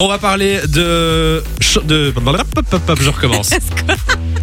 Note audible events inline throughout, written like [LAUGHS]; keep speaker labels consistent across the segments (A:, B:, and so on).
A: On va parler de. ch- de... Je recommence.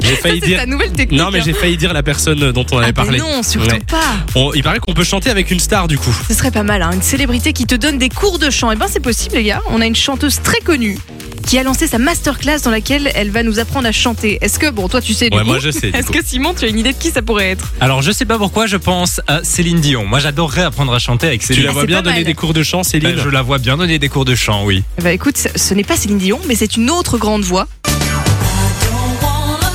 A: J'ai failli
B: C'est
A: dire.
B: ta nouvelle technique. hein. Ah, ben
A: Non, mais j'ai failli dire la personne dont on avait parlé.
B: non, surtout
A: Ouais.
B: pas.
A: On- Il paraît qu'on peut chanter avec une star du coup.
B: Ce serait pas mal, hein, une célébrité qui te donne des cours de chant. Eh ben, c'est possible, les gars. On a une chanteuse très connue qui a lancé sa masterclass dans laquelle elle va nous apprendre à chanter. Est-ce que, bon, toi, tu sais. du
A: Ouais,
B: coup,
A: moi je sais. du
B: Est-ce
A: coup.
B: que Simon, tu as une idée de qui ça pourrait être
C: Alors je sais pas pourquoi je pense à Céline Dion. Moi j'adorerais apprendre à chanter avec
A: Tu
C: Céline.
A: la
B: Ah,
A: vois
B: c'est
A: bien
B: pas
A: donner
B: mal.
A: des cours de chant,
C: Ben,
A: Céline
C: je la vois bien donner des cours de chant, oui.
B: Eh ben, écoute, ce- ce n'est pas Céline Dion, mais c'est une autre grande voix.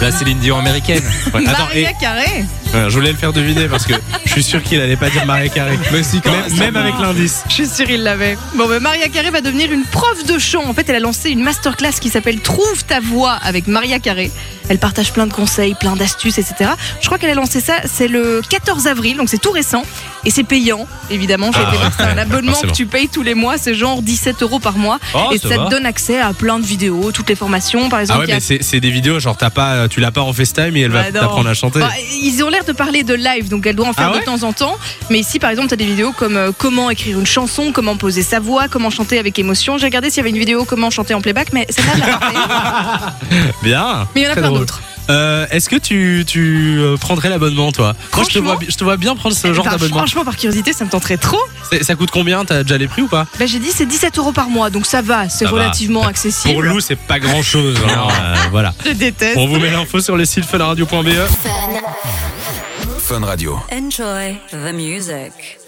C: La Céline
B: [LAUGHS]
C: Dion américaine.
A: Ouais, attends,
B: Maria Carré.
A: et- ouais, je voulais le faire deviner parce que je suis sûr qu'il allait pas dire Marie Carré. même, même avec l'indice. Ah
B: Je suis sûre il l'avait. Bon, ben, Maria Carré va devenir une prof de chant. En fait, elle a lancé une masterclass qui s'appelle Trouve ta voix avec Maria Carré. Elle partage plein de conseils, plein d'astuces, etc. Je crois qu'elle a lancé ça, c'est le 14 avril, donc c'est tout récent. Et c'est payant, évidemment. J'ai
A: Ah,
B: été voir,
A: ouais. [LAUGHS]
B: c'est un abonnement
A: Forcément.
B: que tu payes tous les mois, c'est genre 17 euros par mois.
C: Oh,
B: et
C: ça
B: ça
C: va.
B: te donne accès à plein de vidéos, toutes les formations, par
A: Ah
B: exemple.
A: ouais,
B: il y a-
A: mais c'est c'est des vidéos genre t'as pas, euh, tu l'as pas en FaceTime et elle va
B: Bah, non.
A: t'apprendre à chanter.
B: Bah, ils ont l'air de parler de live, donc elle doit en faire
A: Ah ouais
B: de temps en temps. Mais ici, par exemple, tu as des vidéos comme euh, comment écrire une chanson, comment poser sa voix, comment chanter avec émotion. J'ai regardé s'il y avait une vidéo comment chanter en playback, mais c'est pas la
A: [LAUGHS]
B: parfaite.
A: Bien.
B: Mais il y en a
A: Très
B: plein
A: drôle.
B: d'autres.
A: Euh, Est-ce que tu, tu euh, prendrais l'abonnement toi Moi je te,
B: Franchement
A: vois, bi- je te vois bien prendre ce genre
B: Enfin,
A: d'abonnement.
B: franchement, par curiosité, ça me tenterait trop.
A: C'est- Ça coûte combien T'as déjà les prix ou pas
B: Bah, j'ai dit c'est 17 euros par mois, donc ça va, c'est
A: Ça va.
B: relativement accessible.
A: Pour Lou, c'est pas grand chose. [LAUGHS] voilà.
B: Je déteste.
A: On vous met l'info sur le site E. funradio.be.
D: Enjoy the music.